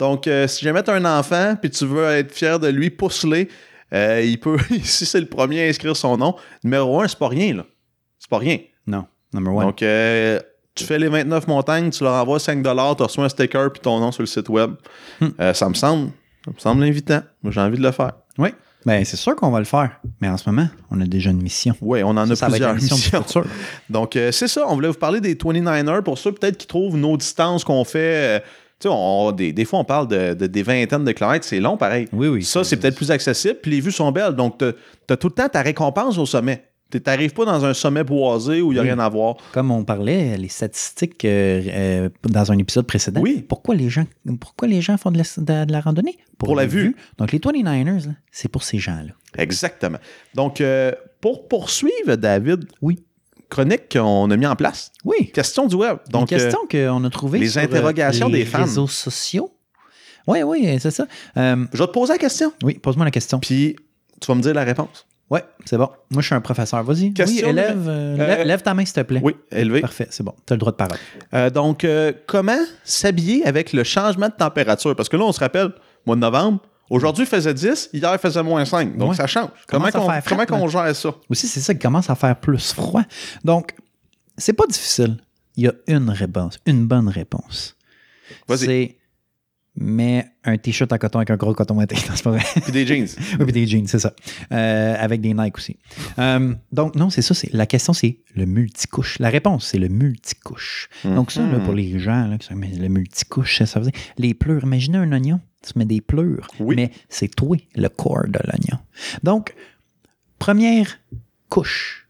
B: Donc, euh, si jamais tu as un enfant puis tu veux être fier de lui, pousse-le. Euh, il peut, si c'est le premier à inscrire son nom, numéro un, c'est pas rien, là. C'est pas rien.
A: non, number one.
B: Donc, euh, tu fais les 29 montagnes, tu leur envoies 5 tu reçois un sticker puis ton nom sur le site web.
A: Hmm.
B: Euh, ça me semble, ça me semble invitant. Moi, j'ai envie de le faire.
A: Oui. Ben, c'est sûr qu'on va le faire. Mais en ce moment, on a déjà une mission.
B: Oui, on en a
A: Ça va être
B: plusieurs
A: la mission du
B: missions.
A: futur.
B: Donc, euh, c'est ça. On voulait vous parler des 29ers. Pour ceux peut-être qui trouvent nos distances qu'on fait. euh, tu sais, on- on- des, des fois, on parle de, de- des vingtaines de kilomètres. C'est long, pareil.
A: Oui, oui.
B: ça, c'est peut-être plus accessible. Puis les vues sont belles. Donc, tu as tout le temps ta récompense au sommet. Tu n'arrives pas dans un sommet boisé où il n'y a
A: Oui.
B: rien à voir.
A: Comme on parlait, les statistiques euh, euh, dans un épisode précédent.
B: Oui.
A: Pourquoi les gens, pourquoi les gens font de la, de- de la randonnée?
B: Pour la vue.
A: Donc, les 29ers, là, c'est pour ces gens-là.
B: Exactement. Donc, euh, pour poursuivre, David,
A: Oui.
B: chronique qu'on a mis en place.
A: Oui.
B: Question du web.
A: Donc,
B: Donc, euh,
A: Une question qu'on a trouvée
B: les
A: sur euh,
B: interrogations
A: les
B: des fans.
A: réseaux sociaux. Oui, oui, c'est ça. Euh,
B: euh, je vais te poser la question.
A: oui, pose-moi la question.
B: Puis, tu vas me dire la réponse.
A: Oui, c'est bon. Moi, je suis un professeur. Vas-y. Oui,
B: Question
A: élève, euh, lève,
B: euh,
A: lève ta main, s'il te plaît.
B: Oui, élevé.
A: Parfait, c'est bon. Tu as le droit de parole.
B: Euh, donc, euh, comment s'habiller avec le changement de température? Parce que là, on se rappelle, mois de novembre, aujourd'hui il faisait 10, hier il faisait moins 5. Donc,
A: Ouais.
B: ça change. Comment,
A: Commence à
B: qu'on,
A: faire fret,
B: comment qu'on
A: là.
B: gère ça?
A: Aussi, c'est ça qui commence à faire plus froid. Donc, c'est pas difficile. Il y a une réponse, une bonne réponse.
B: Vas-y.
A: C'est mets un t-shirt en coton avec un gros coton maté. Non, c'est pas vrai.
B: Puis des jeans.
A: Oui, puis Ah, des jeans, c'est ça. Euh, avec des Nike aussi. Euh, donc, non, c'est ça. c'est- La question, c'est le multicouche. La réponse, c'est le multicouche. Donc, ça, là,
B: Mhm.
A: pour les gens, là, qui sont, mais le multicouche, ça, ça veut dire les pleurs. Imaginez un oignon, tu mets des pleurs,
B: Oui.
A: mais c'est toi le corps de l'oignon. Donc, première couche,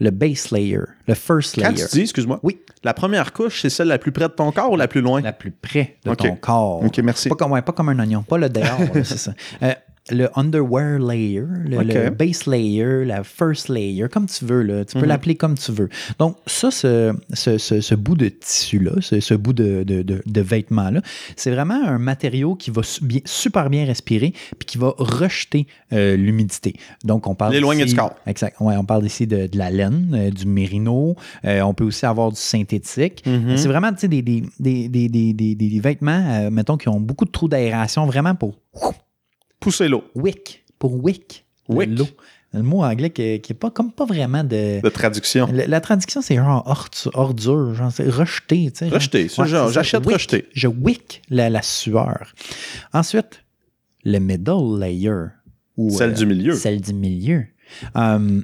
A: le base layer, le first
B: Quand
A: layer.
B: tu dis, excuse-moi,
A: Oui.
B: la première couche, c'est celle la plus près de ton corps ou la plus loin?
A: La plus près de
B: Ok.
A: ton corps.
B: Ok, merci.
A: Pas comme, ouais, pas comme un oignon, pas le dehors, là, c'est ça. Euh, le underwear layer, le, le
B: Ok. Mhm.
A: base layer, la first layer, comme tu veux, là. tu peux l'appeler comme tu veux. Donc, ça, ce, ce, ce- ce bout de tissu-là, ce, ce bout de, de, de- de vêtement-là, c'est vraiment un matériau qui va su- bien- super bien respirer puis qui va rejeter euh, l'humidité. Donc, on parle.
B: L'éloigner
A: ici-
B: du corps.
A: Exact. Ouais, on parle ici de, de la laine, euh, du mérino. Euh, on peut aussi avoir du synthétique.
B: Mhm. Hmm?
A: C'est vraiment tu sais, des, des, des, des, des, des- des vêtements, euh, mettons, qui ont beaucoup de trous d'aération, vraiment pour
B: Pousser l'eau.
A: wick, pour wick, le-
B: Wick.
A: l'eau. Le mot anglais qui n'est pas, comme pas vraiment de...
B: De traduction.
A: La, la traduction, c'est genre ortu- ordure, genre c'est rejeté. tu sais, genre-
B: Rejeter. C'est
A: Ouais,
B: genre,
A: c'est ça,
B: j'achète
A: wick.
B: rejeter.
A: Je wick la, la sueur. Ensuite, le middle layer. Ou,
B: Celle
A: euh,
B: du milieu.
A: Celle du milieu. Euh,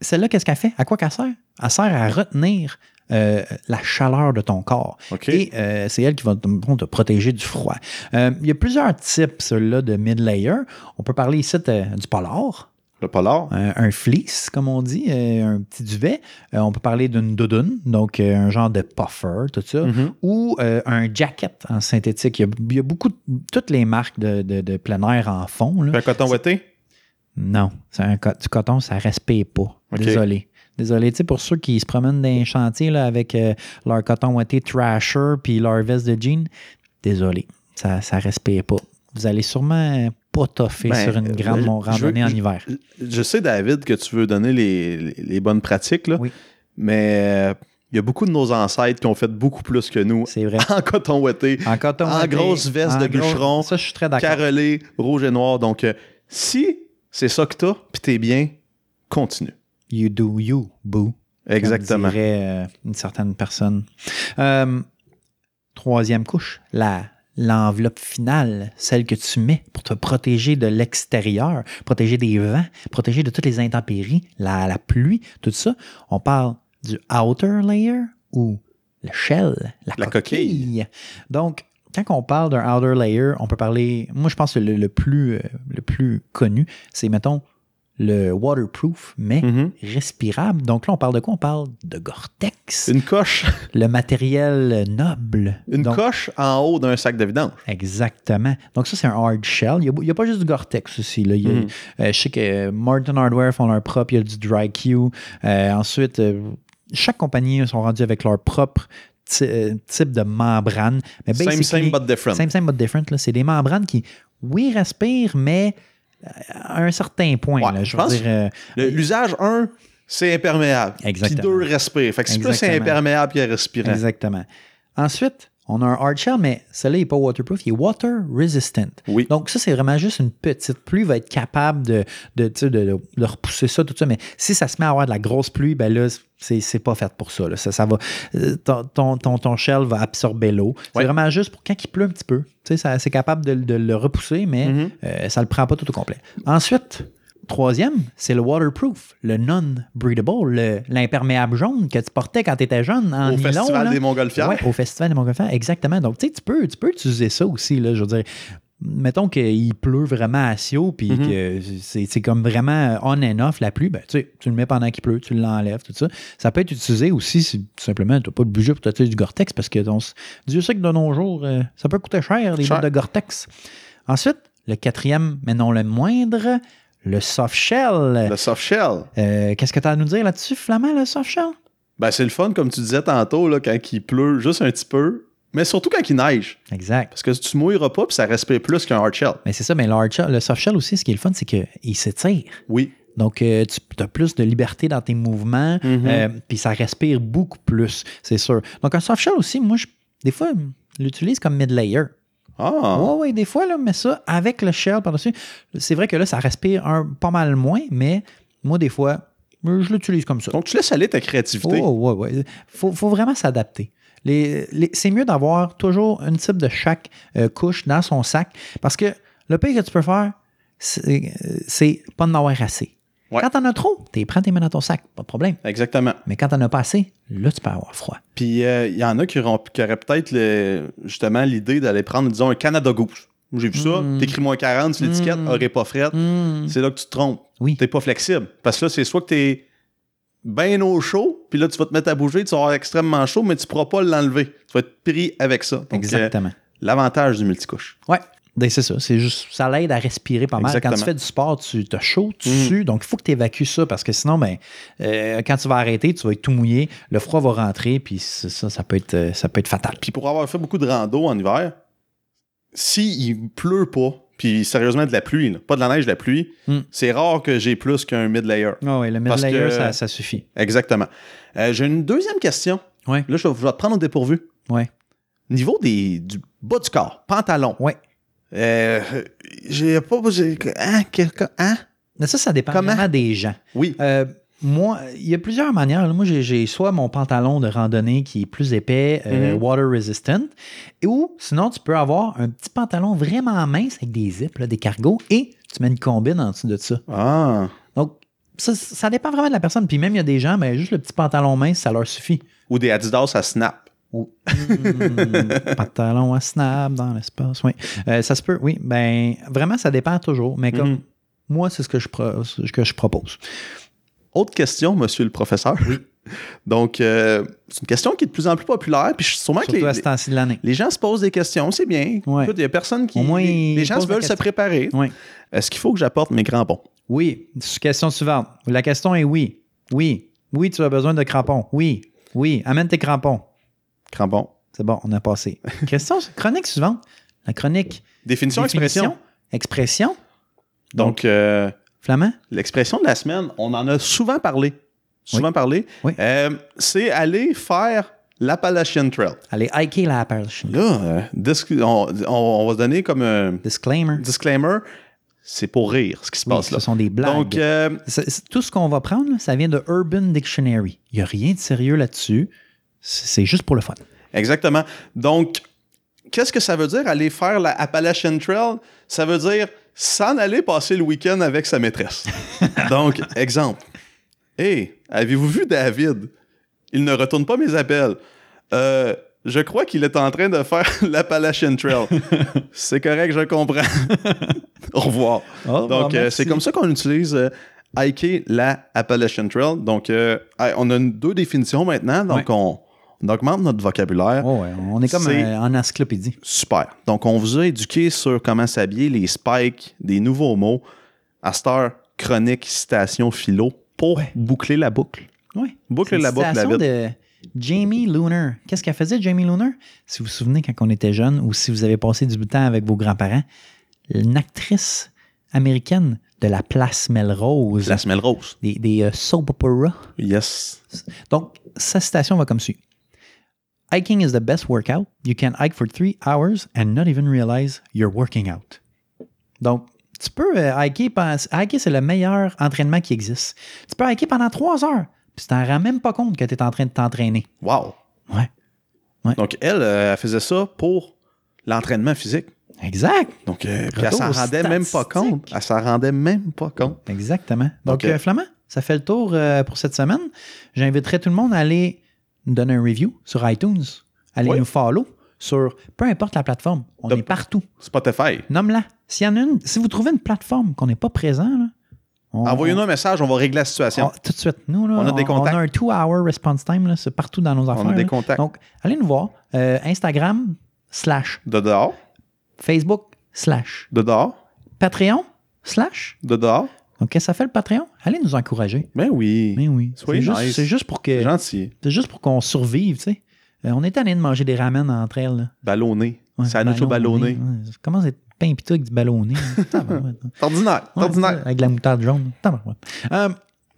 A: Celle-là, qu'est-ce qu'elle fait? À quoi qu'elle sert? Elle sert à retenir euh, la chaleur de ton corps.
B: OK.
A: Et euh, c'est elle qui va te, bon, te protéger du froid. Euh, il y a plusieurs types, ceux-là, de mid-layer. On peut parler ici de- du polar,
B: Le polar.
A: un, un fleece, comme on dit, euh, un petit duvet. Euh, on peut parler d'une doudoune, donc euh, un genre de puffer, tout ça.
B: Mhm.
A: Ou euh, un jacket en synthétique. Il y a, il y a beaucoup, de- toutes les marques de, de- de plein air en fond. là.
B: Puis Un coton ouaté.
A: Non, c'est un co- du coton, ça respire pas.
B: Ok.
A: Désolé. Désolé, tu sais, pour ceux qui se promènent dans les chantiers là, avec euh, leur coton ouaté trasher puis leur veste de jean, désolé, ça ça respire pas. Vous allez sûrement euh, pas toffer
B: Ben,
A: sur une
B: euh,
A: grande
B: je-
A: mon-
B: je-
A: randonnée en
B: je-
A: hiver.
B: Je sais, David, que tu veux donner les, les- les bonnes pratiques, là,
A: Oui.
B: mais euh, il y a beaucoup de nos ancêtres qui ont fait beaucoup plus que nous
A: C'est vrai.
B: en coton ouaté,
A: En coton
B: en
A: ouaté,
B: grosse veste de
A: gros-
B: bûcheron,
A: Ça, je suis très d'accord.
B: carrelé, rouge et noir. Donc, euh, si c'est ça que t'as, puis t'es bien, continue.
A: You do you, boo.
B: Exactement.
A: comme dirait euh, une certaine personne. Euh, troisième couche, la l'enveloppe finale, celle que tu mets pour te protéger de l'extérieur, protéger des vents, protéger de toutes les intempéries, la, la pluie, tout ça. On parle du outer layer ou le shell, la,
B: La coquille.
A: coquille. Donc, quand on parle d'un outer layer, on peut parler, moi je pense que le, le plus, euh, le plus connu, c'est mettons le waterproof, mais
B: Mhm.
A: respirable. Donc là, on parle de quoi? On parle de Gore-Tex,
B: Une coche,
A: le matériel noble.
B: une
A: Donc,
B: coche en haut d'un sac de vidange.
A: Exactement. Donc ça, c'est un hard shell. Il n'y a, pas juste du Gore-Tex aussi. Là. Il y a-
B: Mhm.
A: euh, je sais que euh, Martin Hardware font leur propre. Il y a du Dry Q. Euh, ensuite, euh, chaque compagnie sont rendues avec leur propre ti- euh, type de membrane. Mais
B: Same, same,
A: basically-
B: but different.
A: ben, Same, same, but different. là. C'est des membranes qui, oui, respirent, mais euh, à un certain point.
B: Ouais,
A: là.
B: je
A: je veux
B: pense-
A: dire, euh,
B: Le- L'usage 1, c'est imperméable.
A: Exactement.
B: Puis 2, respire. Fait que si plus c'est
A: Exactement.
B: imperméable puis respirant.
A: Exactement. Ensuite, on a un hard shell, mais celui-là n'est pas waterproof, il est water resistant.
B: Oui.
A: Donc, ça, c'est vraiment juste une petite pluie, va être capable de, de, tu sais, de- de- de repousser ça, tout ça. Mais si ça se met à avoir de la grosse pluie, ben là, c'est c'est pas fait pour ça. là. Ça, ça va, euh, ton, ton, ton- ton shell va absorber l'eau. C'est
B: Ouais.
A: vraiment juste pour quand il pleut un petit peu. Tu sais, ça- c'est capable de, de le repousser, mais
B: Mhm.
A: euh, ça le prend pas tout au complet. Ensuite, troisième, c'est le waterproof, le non-breathable, le- l'imperméable jaune que tu portais quand tu étais jeune en
B: Au
A: nylon,
B: Festival
A: là.
B: des Montgolfières.
A: Ouais, au Festival des Montgolfières, exactement. Donc, tu sais, tu peux, tu peux utiliser ça aussi, là, je veux dire. Mettons qu'il pleut vraiment à Sio, puis
B: Mhm.
A: que c'est c'est comme vraiment on and off la pluie, ben, tu sais, tu le mets pendant qu'il pleut, tu l'enlèves, tout ça. Ça peut être utilisé aussi, si, tout simplement, tu n'as pas de budget pour t'acheter du Gore-Tex, parce que ton- Dieu sait que de nos jours, euh, ça peut coûter cher, les
B: Cher.
A: bottes de Gore-Tex. Ensuite, le quatrième, mais non le moindre, le soft shell.
B: Le soft shell.
A: Euh, Qu'est-ce que tu as à nous dire là-dessus, Flamand, le soft shell?
B: Ben, c'est le fun, comme tu disais tantôt, là, quand il pleut juste un petit peu, mais surtout quand il neige.
A: Exact.
B: Parce que tu mouilleras pas, puis ça respire plus qu'un hard shell.
A: Mais c'est ça, mais le, hard shell- le soft shell aussi, ce qui est le fun, c'est qu'il s'étire.
B: Oui.
A: Donc, euh, tu as plus de liberté dans tes mouvements,
B: Mhm.
A: euh, puis ça respire beaucoup plus, c'est sûr. Donc, un soft shell aussi, moi, je, des fois, je l'utilise comme mid-layer.
B: Ah,
A: Ouais, ouais, des fois, là, mais ça, avec le shell par-dessus, c'est vrai que là, ça respire un, pas mal moins, mais moi, des fois, euh, je l'utilise comme ça.
B: Donc, tu laisses aller ta créativité.
A: Oh, ouais, ouais. Faut, faut vraiment s'adapter. Les, les- c'est mieux d'avoir toujours une type de chaque euh, couche dans son sac parce que le pire que tu peux faire, c'est euh, c'est pas de avoir assez.
B: Ouais.
A: Quand t'en as trop, tu prends tes mains dans ton sac, pas de problème.
B: Exactement.
A: Mais quand t'en as pas assez, là, tu peux avoir froid.
B: Puis, euh, il y en a qui, auront- qui auraient peut-être le- justement l'idée d'aller prendre, disons, un Canada Goose. J'ai vu ça,
A: Mm.
B: t'écris moins 40 sur l'étiquette,
A: Mm.
B: aurait pas fret. C'est là que tu te trompes.
A: Oui.
B: T'es pas flexible. Parce que là, c'est soit que t'es bien au chaud, puis là, tu vas te mettre à bouger, tu vas avoir extrêmement chaud, mais tu pourras pas l'enlever. Tu vas être pris avec ça. Donc, euh,
A: Exactement.
B: L'avantage du multicouche.
A: Ouais. Ben, c'est ça, c'est juste, ça l'aide à respirer pas mal. Quand
B: Exactement. Hmm.
A: tu fais du sport, tu as chaud, tu sues, donc il faut que tu évacues ça parce que sinon, ben, euh, quand tu vas arrêter, tu vas être tout mouillé, le froid va rentrer, puis c'est ça, ça peut être, euh, ça peut être fatal.
B: Puis pour avoir fait beaucoup de rando en hiver, si il pleut pas, puis sérieusement de la pluie, là, pas de la neige, de la pluie,
A: Mm.
B: c'est rare que j'ai plus qu'un mid-layer.
A: Ah oui, le
B: Parce
A: mid-layer,
B: que-
A: ça, ça suffit.
B: Exactement. Euh, j'ai une deuxième question.
A: Ouais.
B: Là, je vais, je vais te prendre au dépourvu.
A: Ouais.
B: Niveau des, du bas du corps, pantalon.
A: Ouais.
B: Euh, j'ai pas. j'ai- Hein? Quelqu'un- hein?
A: Mais ça, ça dépend
B: Comment?
A: vraiment des gens.
B: Oui.
A: Euh, moi, il y a plusieurs manières. là. Moi, j'ai- j'ai soit mon pantalon de randonnée qui est plus épais, euh,
B: Mhm.
A: water resistant, et- ou sinon, tu peux avoir un petit pantalon vraiment mince avec des zips, là, des cargos, et tu mets une combine en dessous de ça.
B: Ah.
A: Donc, ça, ça dépend vraiment de la personne. Puis même, il y a des gens, mais juste le petit pantalon mince, ça leur suffit.
B: Ou des Adidas à snap.
A: Ou, Hmm, pantalon à snap dans l'espace, oui. Euh, ça se peut, oui. Ben, vraiment, ça dépend toujours. Mais comme
B: Mhm.
A: moi, c'est ce que je, pro- ce que je propose.
B: Autre question, monsieur le professeur. Donc, euh, c'est une question qui est de plus en plus populaire, puis je suis sûrement que
A: Surtout
B: les,
A: à ce temps-ci de l'année.
B: les gens se posent des questions, c'est bien.
A: Ouais.
B: Écoute, Il y a personne qui.
A: Au moins,
B: les, les
A: ils
B: gens
A: posent la
B: veulent se
A: question.
B: préparer.
A: Ouais.
B: Est-ce qu'il faut que j'apporte mes crampons?
A: Oui. Question suivante. La question est oui. Oui. Oui, tu as besoin de crampons. Oui. Oui. Amène tes crampons.
B: Crampons.
A: C'est bon, on a passé. question chronique suivante. La chronique.
B: Définition, expression.
A: définition, Expression.
B: Donc, euh,
A: Flamand.
B: l'expression de la semaine, on en a souvent parlé. Souvent parlé.
A: Oui.
B: Euh, c'est aller faire l'Appalachian Trail.
A: Allez, hiker la Appalachian.
B: Là, euh, discu- on, on- on va se donner comme un
A: Disclaimer.
B: disclaimer. c'est pour rire ce qui se
A: Oui,
B: passe
A: ce
B: là.
A: sont des blagues.
B: Donc, euh,
A: C'est- c'est- tout ce qu'on va prendre, là, ça vient de Urban Dictionary. Il n'y a rien de sérieux là-dessus. C'est c'est juste pour le fun.
B: Exactement. Donc, qu'est-ce que ça veut dire aller faire la Appalachian Trail? Ça veut dire s'en aller passer le week-end avec sa maîtresse. Donc, exemple. Hey, avez-vous vu David? Il ne retourne pas mes appels. Euh, je crois qu'il est en train de faire l'Appalachian Trail. c'est correct, je comprends. Au revoir.
A: Ah,
B: Donc, euh, c'est comme ça qu'on utilise euh, hiker la Appalachian Trail. Donc, euh, hey, on a une- deux définitions maintenant. Donc,
A: Ouais.
B: on, on augmente notre vocabulaire.
A: Oh, ouais, on est comme
B: C'est-
A: euh, en encyclopédie.
B: Super. Donc, on vous a éduqué sur comment s'habiller, les spikes, des nouveaux mots. À cette heure, chronique, citation, philo, pour
A: Ouais.
B: boucler la boucle.
A: Ouais.
B: Boucle
A: C'est une
B: la boucle,
A: citation
B: David.
A: de Jamie Looner. Qu'est-ce qu'elle faisait, Jamie Looner? Si vous vous souvenez, quand on était jeune ou si vous avez passé du temps avec vos grands-parents, une actrice américaine de la place Melrose,
B: La semelle rose.
A: des, des euh, soap opera.
B: Yes.
A: Donc, sa citation va comme suit. Hiking is the best workout. You can hike for three hours and not even realize you're working out. Donc, tu peux euh, hiker, pen- hiker c'est le meilleur entraînement qui existe. Tu peux hiker pendant trois heures, puis tu t'en rends même pas compte que tu es en train de t'entraîner.
B: Wow.
A: Ouais. Ouais.
B: Donc, elle, euh, elle faisait ça pour l'entraînement physique.
A: Exact.
B: Donc, euh,
A: Retour
B: puis elle s'en
A: aux
B: rendait même pas
A: statistiques.
B: compte. Elle s'en rendait même pas compte.
A: Exactement. Donc,
B: Ok.
A: euh, Flamand, ça fait le tour euh, pour cette semaine. J'inviterai tout le monde à aller nous donner un review sur iTunes, aller
B: Oui.
A: nous follow sur peu importe la plateforme. On
B: Top.
A: est partout.
B: Spotify.
A: Nomme-la. S'il y en a une, si vous trouvez une plateforme qu'on n'est pas présent, là, on- Ah,
B: Envoyez-nous un message, on va régler la situation.
A: on- tout de suite. Nous, là,
B: On a des contacts.
A: on a un two-hour response time, là, c'est hein. partout dans nos affaires.
B: des
A: là.
B: contacts.
A: Donc, allez nous voir. Euh, Instagram, slash.
B: De dehors,
A: Facebook, slash.
B: de dehors,
A: Patreon, slash.
B: de dehors.
A: Donc, qu'est-ce que ça fait le Patreon? Allez nous encourager.
B: Mais oui.
A: Mais oui.
B: Soyez
A: C'est juste,
B: nice.
A: c'est juste pour que.
B: C'est Gentil.
A: C'est juste pour qu'on survive, tu sais. Euh, on est tanné de manger des ramen entre elles. là.
B: Ballonné.
A: Ouais,
B: C'est un autre
A: ballonné,
B: ballonné.
A: ouais. Ça commence à être pain pitouk avec du ballonné. là. Tabarouette, hein.
B: C'est Ordinaire. c'est
A: Ouais,
B: Ordinaire.
A: c'est ça, Avec de la moutarde jaune. Tabarouette. Euh,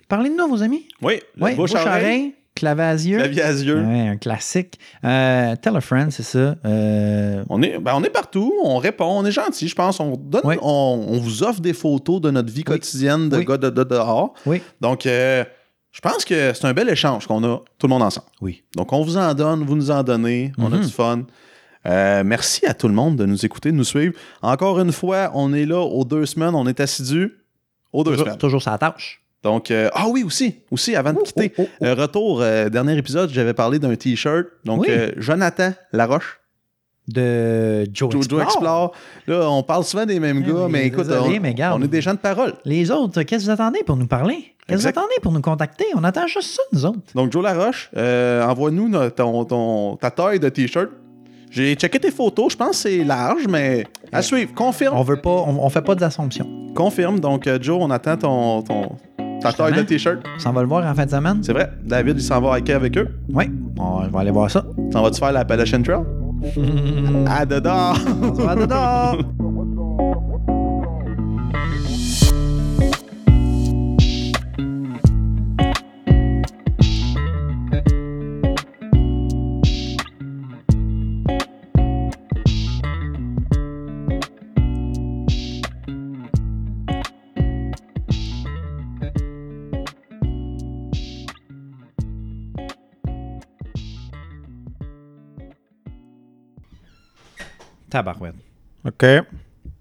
A: parlez de nous, vos amis.
B: Oui, le
A: Oui, bouche,
B: bouche à oreille,
A: oreille, clavier à yeux.
B: clavier à yeux.
A: Ouais, un classique. Euh, tell a friend, c'est ça. Euh,
B: On est, ben, on est partout, on répond, on est gentil, je pense. On, donne,
A: Oui.
B: on, on vous offre des photos de notre vie quotidienne de
A: Oui.
B: gars de, de- dehors.
A: oui.
B: Donc, euh, je pense que c'est un bel échange qu'on a tout le monde ensemble.
A: Oui.
B: Donc, on vous en donne, vous nous en donnez, on a
A: Mhm.
B: du fun. Euh, merci à tout le monde de nous écouter, de nous suivre. Encore une fois, on est là aux deux semaines, on est assidus aux deux
A: Toujours,
B: semaines.
A: toujours sa tâche.
B: Donc, euh, ah oui, aussi, aussi, avant de quitter,
A: Oh, oh, oh.
B: euh, retour, euh, dernier épisode, j'avais parlé d'un T-shirt. Donc,
A: Oui.
B: euh, Jonathan Laroche,
A: De Joe,
B: Jojo
A: Explore.
B: Explore. Là, on parle souvent des mêmes
A: Eh
B: gars,
A: oui,
B: mais écoute,
A: désolé,
B: on,
A: mais garde.
B: on est des gens de parole.
A: Les autres, euh, qu'est-ce que vous attendez pour nous parler? Qu'est-ce que
B: Exact.
A: vous attendez pour nous contacter? On attend juste ça, nous autres.
B: Donc, Joe Laroche, euh, envoie-nous no- ton, ton- ta taille de T-shirt. J'ai checké tes photos, je pense que c'est large, mais à suivre. Confirme,
A: On veut pas, on, on fait pas d'assomption.
B: confirme. Donc, euh, Joe, on attend ton, ton- ta taille de
A: Justement.
B: T-shirt.
A: On s'en va le voir en fin de semaine.
B: C'est vrai, David, il s'en va hiker avec eux.
A: Oui, on va aller voir ça.
B: S'en va-tu faire la Appalachian Trail? À dedans!
A: On se voit dedans. Tabarouette.
B: OK.
A: T'es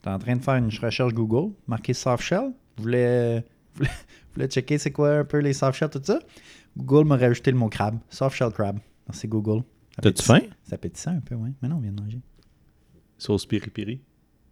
A: en train de faire une recherche Google, marqué soft shell. Vous voulez, vous voulez, vous voulez checker c'est quoi un peu les soft shells, tout ça? Google m'a rajouté le mot crabe. Soft shell crabe. Merci Google. Ça
E: T'as-tu
A: pétisse-
E: faim?
A: Ça pétisse un peu, oui. Mais non, on vient de manger.
E: Sauce piri-piri.